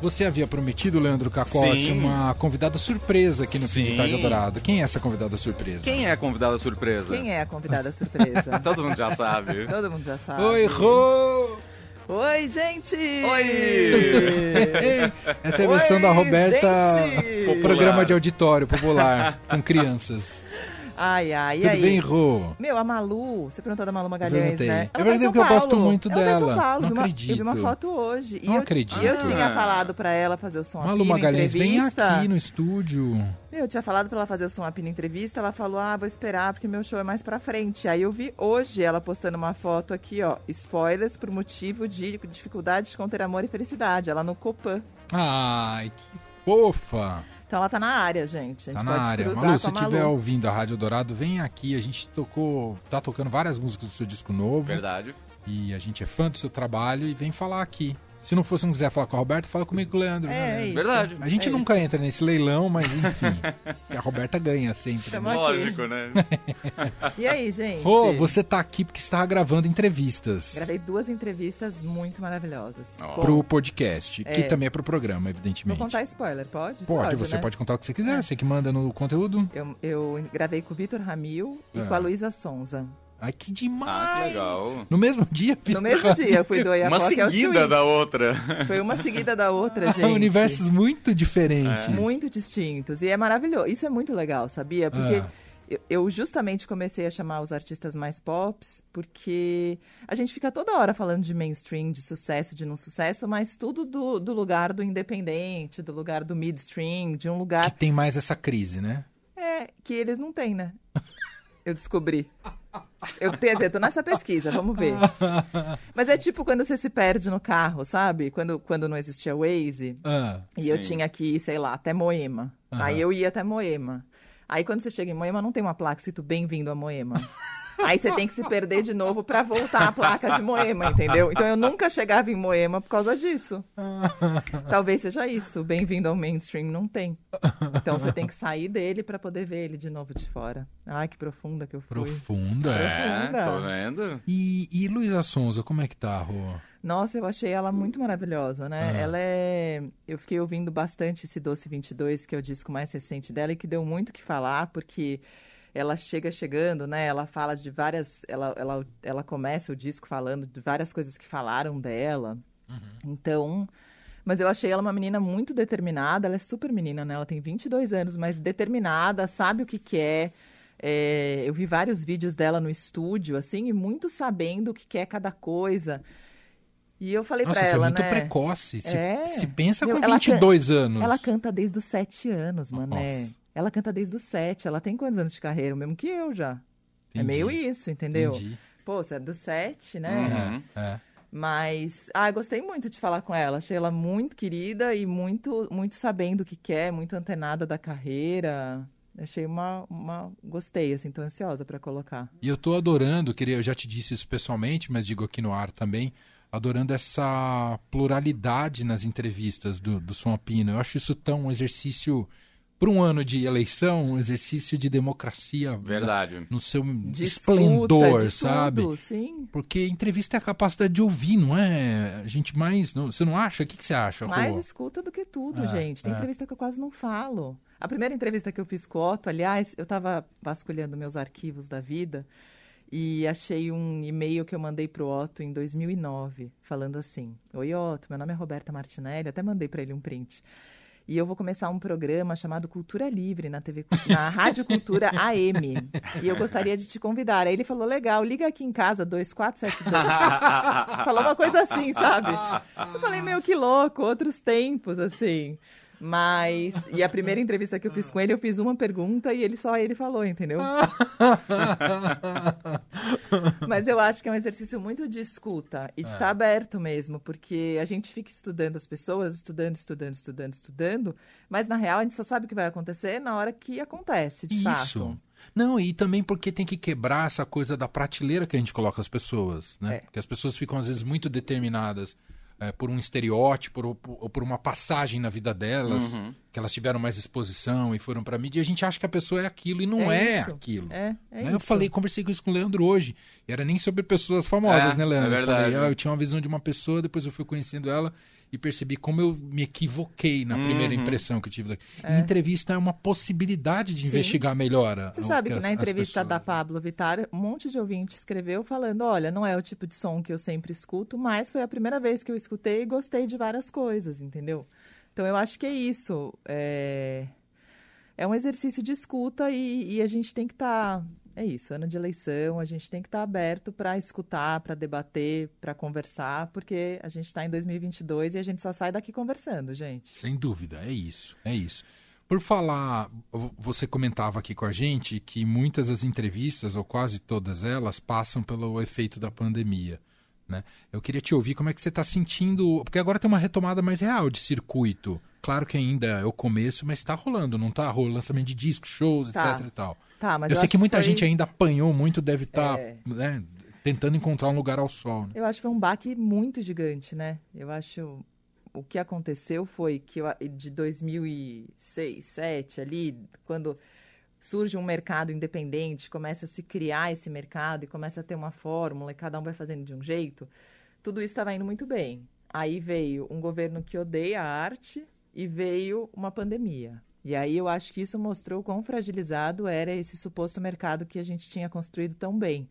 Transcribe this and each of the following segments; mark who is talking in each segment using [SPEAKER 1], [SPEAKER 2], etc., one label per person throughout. [SPEAKER 1] Você havia prometido, Leandro Cacote,
[SPEAKER 2] Sim.
[SPEAKER 1] uma convidada surpresa aqui no Fim de
[SPEAKER 2] Sim.
[SPEAKER 1] Tarde Adorado. Quem é essa convidada surpresa?
[SPEAKER 2] Quem é a convidada surpresa? Ah,
[SPEAKER 3] Quem é a convidada surpresa?
[SPEAKER 2] Todo mundo já sabe.
[SPEAKER 3] Todo mundo já sabe.
[SPEAKER 1] Oi, Rô!
[SPEAKER 3] Oi, gente!
[SPEAKER 2] Oi!
[SPEAKER 1] Essa é a versão da Roberta,
[SPEAKER 3] gente!
[SPEAKER 1] o programa de auditório popular com crianças.
[SPEAKER 3] Ai, ai, e
[SPEAKER 1] Tudo
[SPEAKER 3] aí?
[SPEAKER 1] bem, Rô?
[SPEAKER 3] Meu, a Malu, você perguntou da Malu Magalhães,
[SPEAKER 1] Perguntei.
[SPEAKER 3] né?
[SPEAKER 1] Eu
[SPEAKER 3] tá em
[SPEAKER 1] perguntei
[SPEAKER 3] São
[SPEAKER 1] porque eu gosto
[SPEAKER 3] Paulo.
[SPEAKER 1] muito
[SPEAKER 3] ela tá em
[SPEAKER 1] dela.
[SPEAKER 3] São Paulo.
[SPEAKER 1] Não
[SPEAKER 3] vi uma- Eu vi uma
[SPEAKER 1] acredito.
[SPEAKER 3] foto hoje. E
[SPEAKER 1] Não
[SPEAKER 3] eu,
[SPEAKER 1] acredito.
[SPEAKER 3] E eu tinha
[SPEAKER 2] Ah.
[SPEAKER 3] falado pra ela fazer o som
[SPEAKER 1] Malu
[SPEAKER 3] aqui na
[SPEAKER 1] Magalhães, vem
[SPEAKER 3] entrevista.
[SPEAKER 1] aqui no estúdio.
[SPEAKER 3] Eu tinha falado pra ela fazer o som up na entrevista, ela falou: "Ah, vou esperar porque meu show é mais pra frente". Aí eu vi hoje ela postando uma foto aqui, ó, spoilers por motivo de dificuldade de conter amor e felicidade, ela no Copan.
[SPEAKER 1] Ai, que fofa!
[SPEAKER 3] Então ela tá na área, gente. A gente
[SPEAKER 1] Tá
[SPEAKER 3] pode
[SPEAKER 1] na área.
[SPEAKER 3] cruzar
[SPEAKER 1] Malu,
[SPEAKER 3] com a
[SPEAKER 1] se
[SPEAKER 3] Malu.
[SPEAKER 1] estiver ouvindo a Rádio Dourado, vem aqui. A gente tocou, tá tocando várias músicas do seu disco novo.
[SPEAKER 2] Verdade.
[SPEAKER 1] E a gente é fã do seu trabalho e vem falar aqui. Se não fosse, não quiser falar com a Roberta, fala comigo com o Leandro.
[SPEAKER 3] É,
[SPEAKER 1] né,
[SPEAKER 3] é
[SPEAKER 1] Leandro?
[SPEAKER 3] isso.
[SPEAKER 2] Verdade.
[SPEAKER 1] A gente
[SPEAKER 3] é
[SPEAKER 1] nunca entra nesse leilão, mas enfim. a Roberta ganha sempre.
[SPEAKER 3] Chama-
[SPEAKER 1] né?
[SPEAKER 2] Lógico, né?
[SPEAKER 3] E aí, gente?
[SPEAKER 1] Rô, você tá aqui porque estava gravando entrevistas
[SPEAKER 3] Gravei duas entrevistas muito maravilhosas.
[SPEAKER 2] Ó.
[SPEAKER 3] Com-
[SPEAKER 1] pro podcast, que
[SPEAKER 3] É.
[SPEAKER 1] também é pro programa,
[SPEAKER 3] Vou
[SPEAKER 1] evidentemente.
[SPEAKER 3] contar spoiler, pode?
[SPEAKER 1] pode, você
[SPEAKER 3] né?
[SPEAKER 1] pode contar o que você quiser,
[SPEAKER 3] É.
[SPEAKER 1] você que manda no conteúdo.
[SPEAKER 3] Eu, eu gravei com o Vitor Ramil e
[SPEAKER 1] É.
[SPEAKER 3] com a Luísa Sonza.
[SPEAKER 1] Ai, que demais!
[SPEAKER 2] Ah, que legal.
[SPEAKER 1] No mesmo dia,
[SPEAKER 3] No mesmo dia, eu fui do
[SPEAKER 2] Uma
[SPEAKER 3] Oiapoque ao
[SPEAKER 2] seguida
[SPEAKER 3] Chuí.
[SPEAKER 2] da outra.
[SPEAKER 3] é Foi uma seguida da outra, gente.
[SPEAKER 1] né?
[SPEAKER 3] É.
[SPEAKER 1] Universos muito diferentes.
[SPEAKER 3] Muito distintos. E é maravilhoso. Isso é muito legal, sabia? Porque
[SPEAKER 1] Ah.
[SPEAKER 3] eu- eu justamente comecei a chamar os artistas mais pops, porque a gente fica toda hora falando de mainstream, de sucesso, de não sucesso, mas tudo do, do lugar do independente, do lugar do midstream, de
[SPEAKER 1] Ah,
[SPEAKER 3] um
[SPEAKER 1] Que
[SPEAKER 3] lugar
[SPEAKER 1] tem mais essa crise, né?
[SPEAKER 3] é, que eles não têm, né? Eu descobri. Eu, quer dizer, tô nessa pesquisa, vamos ver. Mas é tipo quando você se perde no carro, sabe? Quando, quando não existia Waze,
[SPEAKER 1] Ah,
[SPEAKER 3] e eu
[SPEAKER 2] Sim.
[SPEAKER 3] tinha que ir, sei lá, até Moema.
[SPEAKER 1] Aham.
[SPEAKER 3] Aí eu ia até Moema. Aí quando você chega em Moema, não tem uma placa escrito bem-vindo a Moema. Aí você tem que se perder de novo pra voltar à placa de Moema, entendeu? Então eu nunca chegava em Moema por causa disso. Talvez seja isso. Bem-vindo ao mainstream não tem. Então você tem que sair dele pra poder ver ele de novo de fora. Ai, que profunda que eu fui.
[SPEAKER 1] profunda.
[SPEAKER 2] É,
[SPEAKER 3] Profunda.
[SPEAKER 2] tô vendo.
[SPEAKER 1] E, e Luísa Sonza, como é que tá, Rô?
[SPEAKER 3] Nossa, eu achei ela muito maravilhosa, né?
[SPEAKER 1] Ah.
[SPEAKER 3] Ela é. Eu fiquei ouvindo bastante esse Doce 22, que é o disco mais recente dela e que deu muito o que falar, porque ela chega chegando, né? Ela fala de várias. Ela, ela, ela começa o disco falando de várias coisas que falaram dela.
[SPEAKER 1] Uhum.
[SPEAKER 3] Então. Mas eu achei ela uma menina muito determinada. Ela é super menina, né? Ela tem 22 anos, mas determinada, sabe o que quer. É, eu vi vários vídeos dela no estúdio, assim, e muito sabendo o que quer cada coisa. E eu falei
[SPEAKER 1] Nossa,
[SPEAKER 3] pra
[SPEAKER 1] você
[SPEAKER 3] ela,
[SPEAKER 1] é muito
[SPEAKER 3] né?
[SPEAKER 1] precoce. Se,
[SPEAKER 3] É.
[SPEAKER 1] se pensa
[SPEAKER 3] Meu,
[SPEAKER 1] com
[SPEAKER 3] ela
[SPEAKER 1] 22 anos.
[SPEAKER 3] Ela canta desde os sete anos, mané.
[SPEAKER 1] Nossa.
[SPEAKER 3] Ela canta desde os sete. Ela tem quantos anos de carreira? O mesmo que eu já. É
[SPEAKER 1] Entendi,
[SPEAKER 3] meio isso, entendeu?
[SPEAKER 1] Entendi.
[SPEAKER 3] Pô, você é dos sete, né?
[SPEAKER 2] Uhum.
[SPEAKER 1] É.
[SPEAKER 3] Mas, ah, eu gostei muito de falar com ela. Achei ela muito querida e muito, muito sabendo o que quer, muito antenada da carreira. Achei uma, uma... Gostei, assim, tô ansiosa pra colocar.
[SPEAKER 1] E eu tô adorando, queria, eu já te disse isso pessoalmente, mas digo aqui no ar também, adorando essa pluralidade nas entrevistas do, do Som Apino. Eu acho isso tão um exercício, para um ano de eleição, um exercício de democracia
[SPEAKER 2] Verdade.
[SPEAKER 1] no seu
[SPEAKER 3] Disputa
[SPEAKER 1] esplendor,
[SPEAKER 3] de tudo,
[SPEAKER 1] sabe?
[SPEAKER 3] Sim.
[SPEAKER 1] Porque entrevista é a capacidade de ouvir, não é? A gente mais. não- você não acha? O que, que você acha,
[SPEAKER 3] Mais
[SPEAKER 1] Rô?
[SPEAKER 3] escuta do que tudo,
[SPEAKER 1] É,
[SPEAKER 3] gente. Tem
[SPEAKER 1] é.
[SPEAKER 3] entrevista que eu quase não falo. A primeira entrevista que eu fiz com o Otto, aliás, eu estava vasculhando meus arquivos da vida e achei um e-mail que eu mandei pro Otto em 2009, falando assim: Oi, Otto, meu nome é Roberta Martinelli, até mandei para ele um print. E eu vou começar um programa chamado Cultura Livre na TV, Cu- na Rádio Cultura AM. E eu gostaria de te convidar. Aí ele falou: legal, liga aqui em casa 2472.
[SPEAKER 1] Ah,
[SPEAKER 3] Falou uma coisa assim, sabe? Eu falei, meu, que louco, outros tempos, assim. Mas. E a primeira entrevista que eu fiz com ele, eu fiz uma pergunta e ele só ele falou, entendeu?
[SPEAKER 1] Ah.
[SPEAKER 3] Mas eu acho que é um exercício muito de escuta
[SPEAKER 1] Ah.
[SPEAKER 3] e de estar aberto mesmo, porque a gente fica estudando as pessoas, estudando, estudando, estudando, estudando, mas na real a gente só sabe o que vai acontecer na hora que acontece, de fato.
[SPEAKER 1] Não, e também porque tem que quebrar essa coisa da prateleira que a gente coloca as pessoas, né?
[SPEAKER 3] É.
[SPEAKER 1] Porque as pessoas ficam às vezes muito determinadas eh, por um estereótipo ou por, ou por uma passagem na vida delas,
[SPEAKER 2] Uhum.
[SPEAKER 1] que elas tiveram mais exposição e foram pra mídia, e a gente acha que a pessoa é aquilo e não é,
[SPEAKER 3] É isso.
[SPEAKER 1] aquilo.
[SPEAKER 3] É, é
[SPEAKER 1] Né?
[SPEAKER 3] isso.
[SPEAKER 1] Eu falei, conversei com isso com o Leandro hoje. E era nem sobre pessoas famosas,
[SPEAKER 2] É,
[SPEAKER 1] né, Leandro?
[SPEAKER 2] é
[SPEAKER 1] Eu falei,
[SPEAKER 2] verdade.
[SPEAKER 1] ah, eu tinha uma visão de uma pessoa, depois eu fui conhecendo ela. e percebi como eu me equivoquei na primeira
[SPEAKER 2] Uhum.
[SPEAKER 1] impressão que eu tive. daqui. E Entrevista é uma possibilidade de
[SPEAKER 3] Sim.
[SPEAKER 1] investigar melhor. a-
[SPEAKER 3] Você
[SPEAKER 1] o
[SPEAKER 3] sabe que
[SPEAKER 1] as-
[SPEAKER 3] na
[SPEAKER 1] as
[SPEAKER 3] entrevista da
[SPEAKER 1] pessoas-
[SPEAKER 3] Pablo Vittar, um monte de ouvinte escreveu falando: olha, não é o tipo de som que eu sempre escuto, mas foi a primeira vez que eu escutei e gostei de várias coisas, entendeu? Então eu acho que é isso. É, é um exercício de escuta e, e a gente tem que estar. É isso, ano de eleição, a gente tem que estar aberto para escutar, para debater, para conversar, porque a gente está em 2022 e a gente só sai daqui conversando, gente.
[SPEAKER 1] Sem dúvida, é isso, é isso. Por falar, vo- você comentava aqui com a gente que muitas das entrevistas, ou quase todas elas, passam pelo efeito da pandemia. Né? Eu queria te ouvir como é que você está sentindo, porque agora tem uma retomada mais real de circuito. Claro que ainda é o começo, mas está rolando, não está? Rolando lançamento de discos, shows,
[SPEAKER 3] Tá.
[SPEAKER 1] etc. E tal.
[SPEAKER 3] Tá, mas
[SPEAKER 1] eu, sei
[SPEAKER 3] acho
[SPEAKER 1] que muita
[SPEAKER 3] foi-
[SPEAKER 1] gente ainda apanhou muito, deve estar
[SPEAKER 3] É.
[SPEAKER 1] né, tentando encontrar um lugar ao sol. Né?
[SPEAKER 3] Eu acho que foi um baque muito gigante, né? Eu acho o que aconteceu foi que eu a- de 2006, 2007 ali, quando surge um mercado independente, começa a se criar esse mercado e começa a ter uma fórmula e cada um vai fazendo de um jeito, tudo isso estava indo muito bem. Aí veio um governo que odeia a arte e veio uma pandemia. E aí eu acho que isso mostrou o quão fragilizado era esse suposto mercado que a gente tinha construído tão bem.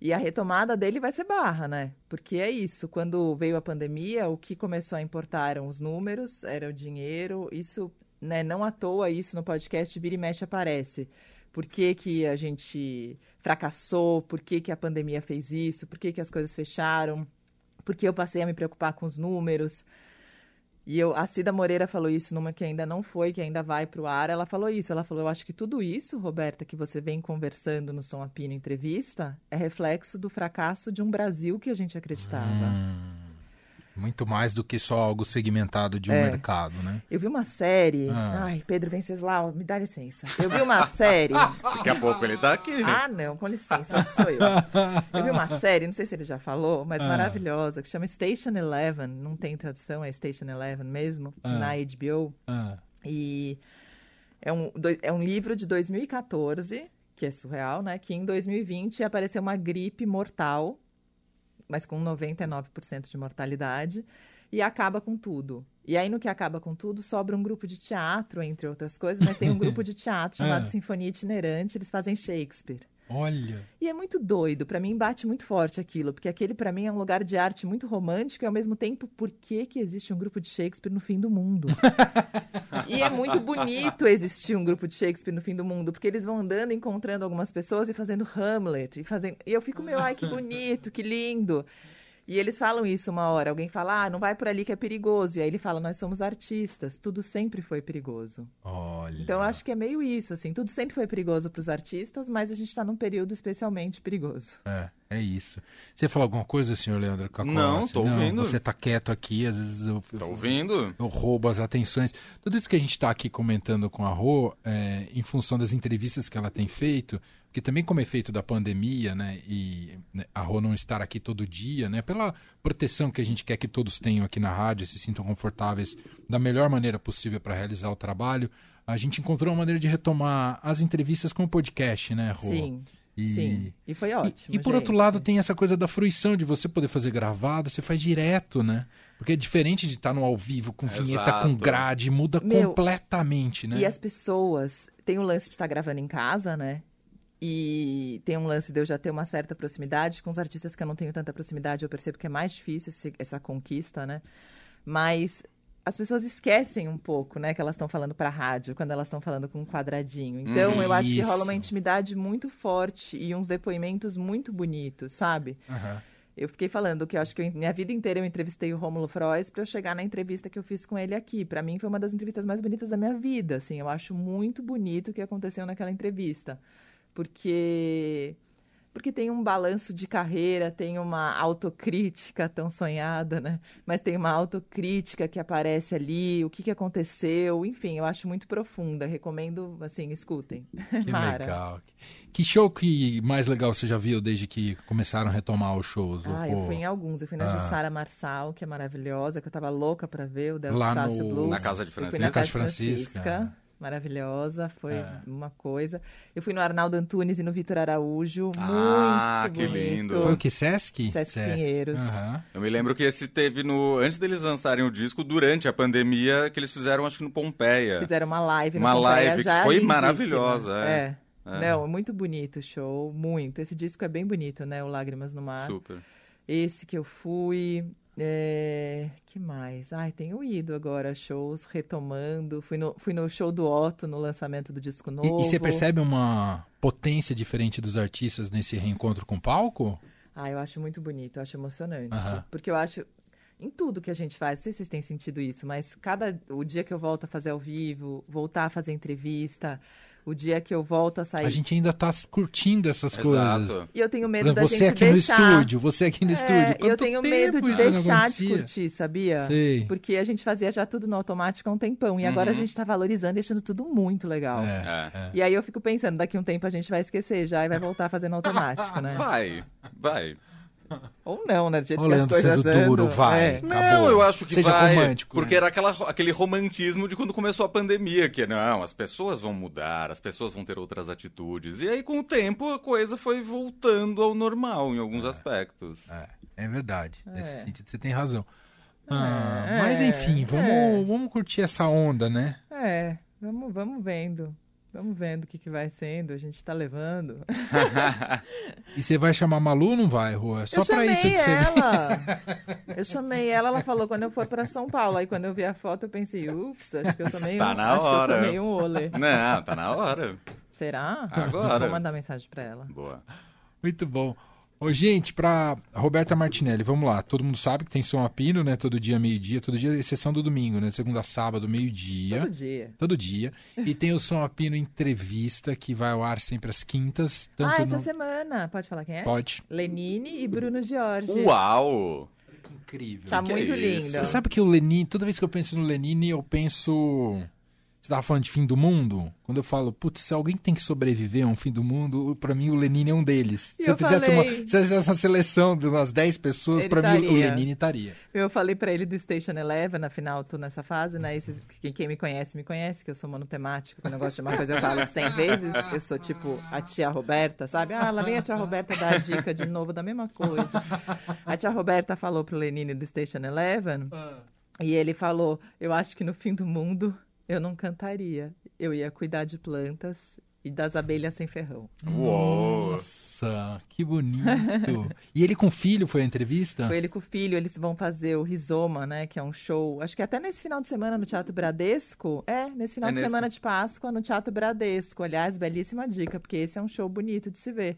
[SPEAKER 3] E a retomada dele vai ser barra, né? Porque é isso, quando veio a pandemia, o que começou a importar eram os números, era o dinheiro, isso, né, não à toa isso no podcast Vira e Mexe aparece. Por que, que a gente fracassou, por que, que a pandemia fez isso, por que, que as coisas fecharam, por que eu passei a me preocupar com os números. E eu, a Cida Moreira falou isso numa que ainda não foi, que ainda vai pro ar. Ela falou isso. Ela falou: Eu acho que tudo isso, Roberta, que você vem conversando no Som Apino entrevista, é reflexo do fracasso de um Brasil que a gente acreditava.
[SPEAKER 1] Hum, muito mais do que só algo segmentado de um
[SPEAKER 3] É.
[SPEAKER 1] mercado, né?
[SPEAKER 3] Eu vi uma série.
[SPEAKER 1] Ah.
[SPEAKER 3] Ai, Pedro Venceslau, me dá licença. Eu vi uma série.
[SPEAKER 2] Daqui a pouco ele tá aqui.
[SPEAKER 3] ah, não, com licença, hoje sou eu. Eu vi uma série, não sei se ele já falou, mas
[SPEAKER 1] Ah.
[SPEAKER 3] maravilhosa, que chama Station Eleven. Não tem tradução, é Station Eleven mesmo,
[SPEAKER 1] Ah.
[SPEAKER 3] na HBO.
[SPEAKER 1] Ah,
[SPEAKER 3] E é um, doi- é um livro de 2014, que é surreal, né? Que em 2020 apareceu uma gripe mortal, mas com 99% de mortalidade, e acaba com tudo. E aí, no que acaba com tudo, sobra um grupo de teatro, entre outras coisas, mas tem um grupo de teatro chamado
[SPEAKER 1] Ah.
[SPEAKER 3] Sinfonia Itinerante, eles fazem Shakespeare.
[SPEAKER 1] olha.
[SPEAKER 3] E é muito doido, pra mim bate muito forte aquilo, porque aquele pra mim é um lugar de arte muito romântico e ao mesmo tempo, por que que existe um grupo de Shakespeare no fim do mundo? e é muito bonito existir um grupo de Shakespeare no fim do mundo, porque eles vão andando, encontrando algumas pessoas e fazendo Hamlet, e fazendo... E eu fico, meu, ai, que bonito, que lindo. E eles falam isso uma hora, alguém fala, ah, não vai por ali que é perigoso. E aí ele fala, nós somos artistas, tudo sempre foi perigoso.
[SPEAKER 1] Olha.
[SPEAKER 3] Então, eu acho que é meio isso, assim. Tudo sempre foi perigoso para os artistas, mas a gente está num período especialmente perigoso.
[SPEAKER 1] É, é isso. Você falou alguma coisa, senhor Leandro Cacolacci?
[SPEAKER 2] Não, tô ouvindo.
[SPEAKER 1] Você tá quieto aqui, às vezes eu,
[SPEAKER 2] Tá
[SPEAKER 1] eu,
[SPEAKER 2] ouvindo?
[SPEAKER 1] eu roubo as atenções. Tudo isso que a gente está aqui comentando com a Rô, é, em função das entrevistas que ela tem feito, porque também como efeito da pandemia, né, e né, a Rô não estar aqui todo dia, né, pela proteção que a gente quer que todos tenham aqui na rádio, se sintam confortáveis da melhor maneira possível para realizar o trabalho, a gente encontrou uma maneira de retomar as entrevistas com o podcast, né, Rô?
[SPEAKER 3] Sim,
[SPEAKER 1] E-
[SPEAKER 3] sim. E foi
[SPEAKER 1] E-
[SPEAKER 3] Tá ótimo.
[SPEAKER 1] E, por outro
[SPEAKER 3] gente.
[SPEAKER 1] lado, tem essa coisa da fruição, de você poder fazer gravado, você faz direto, né? Porque é diferente de estar no ao vivo com vinheta, com
[SPEAKER 2] Exato.
[SPEAKER 1] grade, muda
[SPEAKER 3] Meu,
[SPEAKER 1] completamente, né?
[SPEAKER 3] E as pessoas. Tem o lance de estar gravando em casa, né? E tem um lance de eu já ter uma certa proximidade. Com os artistas que eu não tenho tanta proximidade, eu percebo que é mais difícil esse- essa conquista, né? Mas as pessoas esquecem um pouco, né? Que elas estão falando para rádio, quando elas estão falando com um quadradinho. Então, eu acho que rola
[SPEAKER 1] Uhum.
[SPEAKER 3] uma
[SPEAKER 1] Isso.
[SPEAKER 3] intimidade muito forte e uns depoimentos muito bonitos, sabe?
[SPEAKER 1] Aham.
[SPEAKER 3] Eu fiquei falando que eu acho que eu- minha vida inteira eu entrevistei o Rômulo Frois para eu chegar na entrevista que eu fiz com ele aqui. Para mim foi uma das entrevistas mais bonitas da minha vida, assim. Eu acho muito bonito o que aconteceu naquela entrevista. Porque porque tem um balanço de carreira, tem uma autocrítica tão sonhada, né? Mas tem uma autocrítica que aparece ali, o que, que aconteceu, enfim, eu acho muito profunda. Recomendo, assim, escutem.
[SPEAKER 1] Que
[SPEAKER 3] Mara.
[SPEAKER 1] legal. Que show que mais legal você já viu desde que começaram a retomar os shows?
[SPEAKER 3] Ah,
[SPEAKER 1] Rô?
[SPEAKER 3] eu fui em alguns. Eu fui na
[SPEAKER 1] Ah.
[SPEAKER 3] Jussara Marçal, que é maravilhosa, que eu tava louca pra ver, o Del
[SPEAKER 1] Lá
[SPEAKER 3] Estácio
[SPEAKER 1] no-
[SPEAKER 3] Blues.
[SPEAKER 2] Na casa de
[SPEAKER 3] Eu fui
[SPEAKER 2] Francisco.
[SPEAKER 1] na
[SPEAKER 3] na
[SPEAKER 1] Casa
[SPEAKER 3] Casa
[SPEAKER 1] Francisca.
[SPEAKER 3] Francisca. maravilhosa, foi
[SPEAKER 1] É.
[SPEAKER 3] uma coisa. Eu fui no Arnaldo Antunes e no Vitor Araújo,
[SPEAKER 2] Ah,
[SPEAKER 3] muito
[SPEAKER 2] que
[SPEAKER 3] bonito.
[SPEAKER 2] lindo.
[SPEAKER 1] Foi o que? Sesc?
[SPEAKER 3] Sesc Pinheiros.
[SPEAKER 1] Aham.
[SPEAKER 2] Eu me lembro que esse teve no. Antes deles lançarem o disco, durante a pandemia, que eles fizeram, acho que no Pompeia.
[SPEAKER 3] Fizeram uma live no
[SPEAKER 2] Uma
[SPEAKER 3] Pompeia,
[SPEAKER 2] live que
[SPEAKER 3] já
[SPEAKER 2] foi
[SPEAKER 3] lindíssima.
[SPEAKER 2] maravilhosa, é.
[SPEAKER 3] É. Não, é muito bonito o show, muito. Esse disco é bem bonito, né? O Lágrimas no Mar.
[SPEAKER 2] Super.
[SPEAKER 3] Esse que eu fui. é, Que mais? Ai, tenho ido agora a shows, retomando. Fui no, fui no show do Otto, no lançamento do disco
[SPEAKER 1] E,
[SPEAKER 3] novo.
[SPEAKER 1] e você percebe uma potência diferente dos artistas nesse reencontro com o palco?
[SPEAKER 3] Ah, eu acho muito bonito, eu acho emocionante.
[SPEAKER 1] Aham.
[SPEAKER 3] Porque eu acho. Em tudo que a gente faz, não sei se vocês têm sentido isso, mas cada o dia que eu volto a fazer ao vivo, voltar a fazer entrevista, o dia que eu volto a sair.
[SPEAKER 1] A gente ainda tá curtindo essas coisas.
[SPEAKER 2] Exato.
[SPEAKER 3] E eu tenho medo
[SPEAKER 1] Por
[SPEAKER 3] da
[SPEAKER 1] exemplo, Você é
[SPEAKER 3] gente
[SPEAKER 1] aqui
[SPEAKER 3] deixar.
[SPEAKER 1] no estúdio, você aqui no
[SPEAKER 3] É,
[SPEAKER 1] estúdio.
[SPEAKER 3] eu
[SPEAKER 1] Quanto
[SPEAKER 3] tenho
[SPEAKER 1] tempo
[SPEAKER 3] medo de
[SPEAKER 1] isso não
[SPEAKER 3] deixar de
[SPEAKER 1] acontecia?
[SPEAKER 3] curtir, é, sabia?
[SPEAKER 1] Sei.
[SPEAKER 3] Porque a gente fazia já tudo no automático há um tempão. E agora a
[SPEAKER 2] Uhum.
[SPEAKER 3] gente tá valorizando e achando tudo muito legal.
[SPEAKER 1] É.
[SPEAKER 2] É.
[SPEAKER 3] E aí eu fico pensando, daqui a um tempo a gente vai esquecer já e vai voltar fazendo automático, né?
[SPEAKER 2] Vai, vai.
[SPEAKER 3] Ou não, né? Do jeito
[SPEAKER 1] Ô,
[SPEAKER 3] que as
[SPEAKER 1] Leandro,
[SPEAKER 3] coisas
[SPEAKER 1] sendo duro,
[SPEAKER 3] andam,
[SPEAKER 1] vai.
[SPEAKER 3] é.
[SPEAKER 2] Não, eu acho que
[SPEAKER 1] Seja
[SPEAKER 2] vai.
[SPEAKER 1] romântico, né?
[SPEAKER 2] porque era aquela, aquele romantismo de quando começou a pandemia, que não, as pessoas vão mudar, as pessoas vão ter outras atitudes. E aí, com o tempo, a coisa foi voltando ao normal em alguns aspectos.
[SPEAKER 1] É, é verdade. Nesse
[SPEAKER 3] É.
[SPEAKER 1] sentido, você tem razão. Ah,
[SPEAKER 3] É,
[SPEAKER 1] mas enfim,
[SPEAKER 3] é.
[SPEAKER 1] vamos, vamos curtir essa onda, né?
[SPEAKER 3] É, vamos, vamos vendo. Vamos vendo o que, que vai sendo, a gente tá levando.
[SPEAKER 1] E você vai chamar a Malu ou não vai, Rô? É só
[SPEAKER 3] eu
[SPEAKER 1] pra
[SPEAKER 3] chamei é.
[SPEAKER 1] isso que você vem.
[SPEAKER 3] ela. eu chamei ela, ela falou quando eu for pra São Paulo. Aí quando eu vi a foto eu pensei, ups, acho que eu tomei
[SPEAKER 2] Está
[SPEAKER 3] um,
[SPEAKER 2] na
[SPEAKER 3] acho
[SPEAKER 2] hora.
[SPEAKER 3] que eu tomei um olê.
[SPEAKER 2] não, tá na hora.
[SPEAKER 3] Será?
[SPEAKER 2] Agora.
[SPEAKER 3] Vou mandar mensagem pra ela.
[SPEAKER 2] Boa.
[SPEAKER 1] Muito bom. Ô, gente, pra Roberta Martinelli, vamos lá. Todo mundo sabe que tem som a pino, né? Todo dia, meio-dia. Todo dia, exceção do domingo, né? Segunda, a sábado, meio-dia.
[SPEAKER 3] Todo dia.
[SPEAKER 1] Todo dia. E tem o Som Apino Entrevista, que vai ao ar sempre às quintas. Tanto
[SPEAKER 3] ah, essa
[SPEAKER 1] no...
[SPEAKER 3] semana. Pode falar quem é?
[SPEAKER 1] Pode.
[SPEAKER 3] Lenine e Bruno Jorge.
[SPEAKER 2] Uau!
[SPEAKER 1] Incrível.
[SPEAKER 3] Tá
[SPEAKER 2] Que
[SPEAKER 3] muito
[SPEAKER 2] isso?
[SPEAKER 3] lindo.
[SPEAKER 1] Você sabe que o Lenin, toda vez que eu penso no Lenin, eu penso. Você tava falando de fim do mundo? Quando eu falo, putz, se alguém tem que sobreviver a um fim do mundo, pra mim o Lenin é um deles. se,
[SPEAKER 3] E
[SPEAKER 1] eu
[SPEAKER 3] eu
[SPEAKER 1] fizesse uma,
[SPEAKER 3] falei.
[SPEAKER 1] se eu fizesse uma seleção de umas 10 pessoas,
[SPEAKER 3] Ele
[SPEAKER 1] pra mim o
[SPEAKER 3] estaria.
[SPEAKER 1] Lenin estaria.
[SPEAKER 3] Eu falei pra ele do Station Eleven, afinal, tô nessa fase, né? E vocês- quem, quem me conhece, me conhece, que eu sou monotemática. Quando eu gosto de uma coisa, eu falo 100 vezes. Eu sou tipo a tia Roberta, sabe? Ah, lá vem a tia Roberta dar a dica de novo da mesma coisa. A tia Roberta falou pro Lenine do Station Eleven e ele falou: Eu acho que no fim do mundo eu não cantaria. Eu ia cuidar de plantas e das abelhas sem ferrão.
[SPEAKER 2] Uou!
[SPEAKER 1] Nossa, que bonito. e ele com o filho foi a entrevista?
[SPEAKER 3] Com ele e com o filho, eles vão fazer o Rizoma, né? Que é um show. Acho que até nesse final de semana no Teatro Bradesco. É, nesse final
[SPEAKER 2] É
[SPEAKER 3] de
[SPEAKER 2] nesse.
[SPEAKER 3] semana de Páscoa no Teatro Bradesco. Aliás, belíssima dica, porque esse é um show bonito de se ver.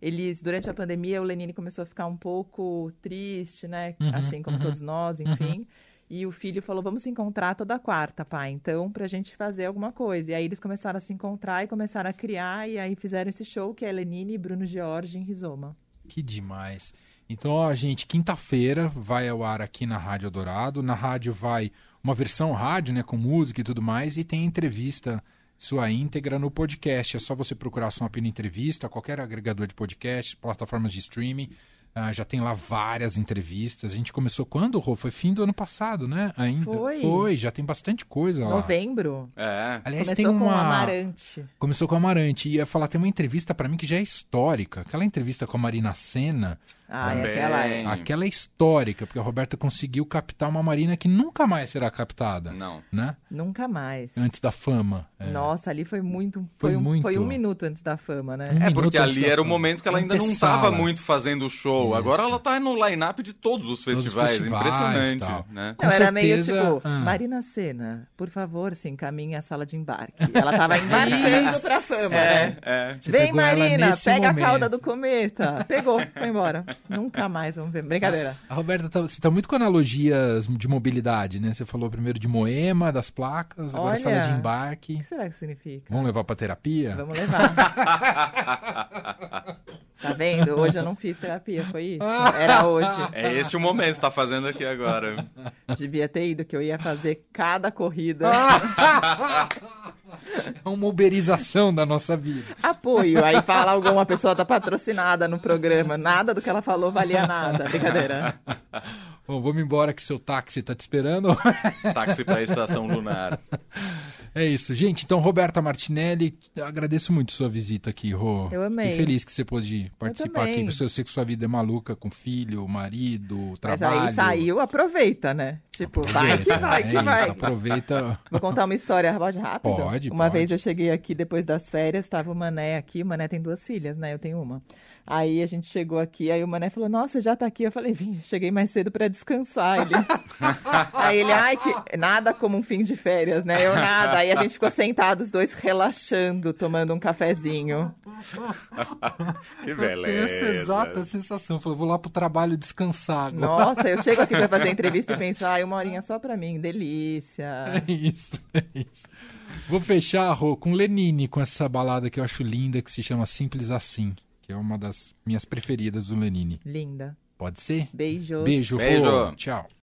[SPEAKER 3] Eles, durante a pandemia, o Lenine começou a ficar um pouco triste, né?
[SPEAKER 1] Uhum,
[SPEAKER 3] assim como
[SPEAKER 1] uhum.
[SPEAKER 3] todos nós, enfim. E o filho falou: vamos se encontrar toda quarta, pai, então, pra gente fazer alguma coisa. E aí eles começaram a se encontrar e começaram a criar, e aí fizeram esse show que é Lenine e Bruno Jorge em Rizoma.
[SPEAKER 1] Que demais. Então, ó, gente, quinta-feira vai ao ar aqui na Rádio Dourado. Na rádio vai uma versão rádio, né, com música e tudo mais, e tem entrevista sua íntegra no podcast. É só você procurar Som Apino Entrevista, qualquer agregador de podcast, plataformas de streaming. Ah, já tem lá várias entrevistas. A gente começou quando, Rô? Foi fim do ano passado, né? Ainda.
[SPEAKER 3] Foi.
[SPEAKER 1] Foi, já tem bastante coisa lá.
[SPEAKER 3] Novembro?
[SPEAKER 2] É.
[SPEAKER 1] Aliás,
[SPEAKER 3] Começou
[SPEAKER 1] tem
[SPEAKER 3] com o
[SPEAKER 1] uma.
[SPEAKER 3] Amarante.
[SPEAKER 1] Começou com a Amarante. E ia falar, tem uma entrevista pra mim que já é histórica. Aquela entrevista com a Marina Senna.
[SPEAKER 3] Ah,
[SPEAKER 2] Também.
[SPEAKER 3] é aquela é.
[SPEAKER 1] Aquela é histórica, porque a Roberta conseguiu captar uma marina que nunca mais será captada,
[SPEAKER 2] Não.
[SPEAKER 1] né?
[SPEAKER 3] Nunca mais.
[SPEAKER 1] Antes da fama. É.
[SPEAKER 3] Nossa, ali foi muito.
[SPEAKER 1] Foi
[SPEAKER 3] Foi, um,
[SPEAKER 1] muito.
[SPEAKER 3] Foi um minuto antes da fama, né?
[SPEAKER 1] Um
[SPEAKER 2] É
[SPEAKER 1] minuto
[SPEAKER 2] porque
[SPEAKER 1] antes
[SPEAKER 2] ali
[SPEAKER 1] da
[SPEAKER 2] era o
[SPEAKER 1] fama.
[SPEAKER 2] momento que ela ainda não
[SPEAKER 1] Antessala.
[SPEAKER 2] tava muito fazendo
[SPEAKER 1] Isso.
[SPEAKER 2] show. Agora ela tá no line-up de todos os
[SPEAKER 1] Todos os
[SPEAKER 2] festivais.
[SPEAKER 1] festivais,
[SPEAKER 2] Impressionante.
[SPEAKER 1] tal.
[SPEAKER 2] Né?
[SPEAKER 1] com
[SPEAKER 3] Não, era
[SPEAKER 1] certeza,
[SPEAKER 3] meio tipo,
[SPEAKER 1] ah.
[SPEAKER 3] Marina Senna, por favor, se encaminhe à sala de embarque. Ela tava embarcando pra fama, né?
[SPEAKER 2] É.
[SPEAKER 1] Você
[SPEAKER 3] Vem,
[SPEAKER 1] pegou ela
[SPEAKER 3] Marina,
[SPEAKER 1] nesse
[SPEAKER 3] pega
[SPEAKER 1] momento.
[SPEAKER 3] a cauda do cometa. Pegou, foi embora. Nunca mais, vamos ver. Brincadeira.
[SPEAKER 1] A Roberta, tá, você tá muito com analogias de mobilidade, né? Você falou primeiro de Moema, das placas, agora
[SPEAKER 3] Olha.
[SPEAKER 1] sala de
[SPEAKER 3] O
[SPEAKER 1] embarque.
[SPEAKER 3] que será que significa?
[SPEAKER 1] Vamos levar pra terapia?
[SPEAKER 3] Vamos levar. Tá vendo? Hoje eu não fiz terapia, foi isso? Era hoje.
[SPEAKER 2] É este o momento que tá fazendo aqui agora.
[SPEAKER 3] Devia ter ido, que eu ia fazer cada corrida.
[SPEAKER 1] Ah! É uma uberização da nossa vida.
[SPEAKER 3] Apoio. Aí fala alguma pessoa tá patrocinada no programa. Nada do que ela falou valia nada. Brincadeira.
[SPEAKER 1] Bom, vamos embora que seu táxi tá te esperando.
[SPEAKER 2] Táxi pra estação lunar.
[SPEAKER 1] É isso, gente. Então, Roberta Martinelli, agradeço muito sua visita aqui, Rô.
[SPEAKER 3] Eu amei.
[SPEAKER 1] Fiquei feliz que você pôde participar aqui.
[SPEAKER 3] também.
[SPEAKER 1] porque Eu sei que sua vida é maluca com filho, marido,
[SPEAKER 3] Mas
[SPEAKER 1] trabalho.
[SPEAKER 3] aí saiu, aproveita, né? Tipo, vai que vai,
[SPEAKER 1] é
[SPEAKER 3] que
[SPEAKER 1] isso,
[SPEAKER 3] vai.
[SPEAKER 1] Aproveita.
[SPEAKER 3] Vou contar uma história, pode rápido?
[SPEAKER 1] Pode,
[SPEAKER 3] Uma
[SPEAKER 1] pode.
[SPEAKER 3] vez eu cheguei aqui depois das férias, tava o Mané aqui, o Mané tem duas filhas, né? Eu tenho uma. Aí a gente chegou aqui, aí o Mané falou, nossa, já tá aqui. Eu falei, vim, cheguei mais cedo pra descansar. Ele... aí ele, ai, que nada como um fim de férias, né? Eu nada. Aí a gente ficou sentados, os dois relaxando, tomando um cafezinho.
[SPEAKER 2] Que
[SPEAKER 1] Eu tenho essa exata
[SPEAKER 2] beleza.
[SPEAKER 1] sensação. Eu falei, vou lá pro trabalho descansar agora.
[SPEAKER 3] Nossa, eu chego aqui pra fazer entrevista e penso, ai, uma horinha só pra mim, delícia.
[SPEAKER 1] É isso, é isso. Vou fechar, Rô, com Lenine, com essa balada que eu acho linda, que se chama Simples Assim, que é uma das minhas preferidas do Lenine.
[SPEAKER 3] Linda.
[SPEAKER 1] Pode ser?
[SPEAKER 3] Beijos.
[SPEAKER 1] Beijo, Rô.
[SPEAKER 2] Beijo.
[SPEAKER 1] Tchau.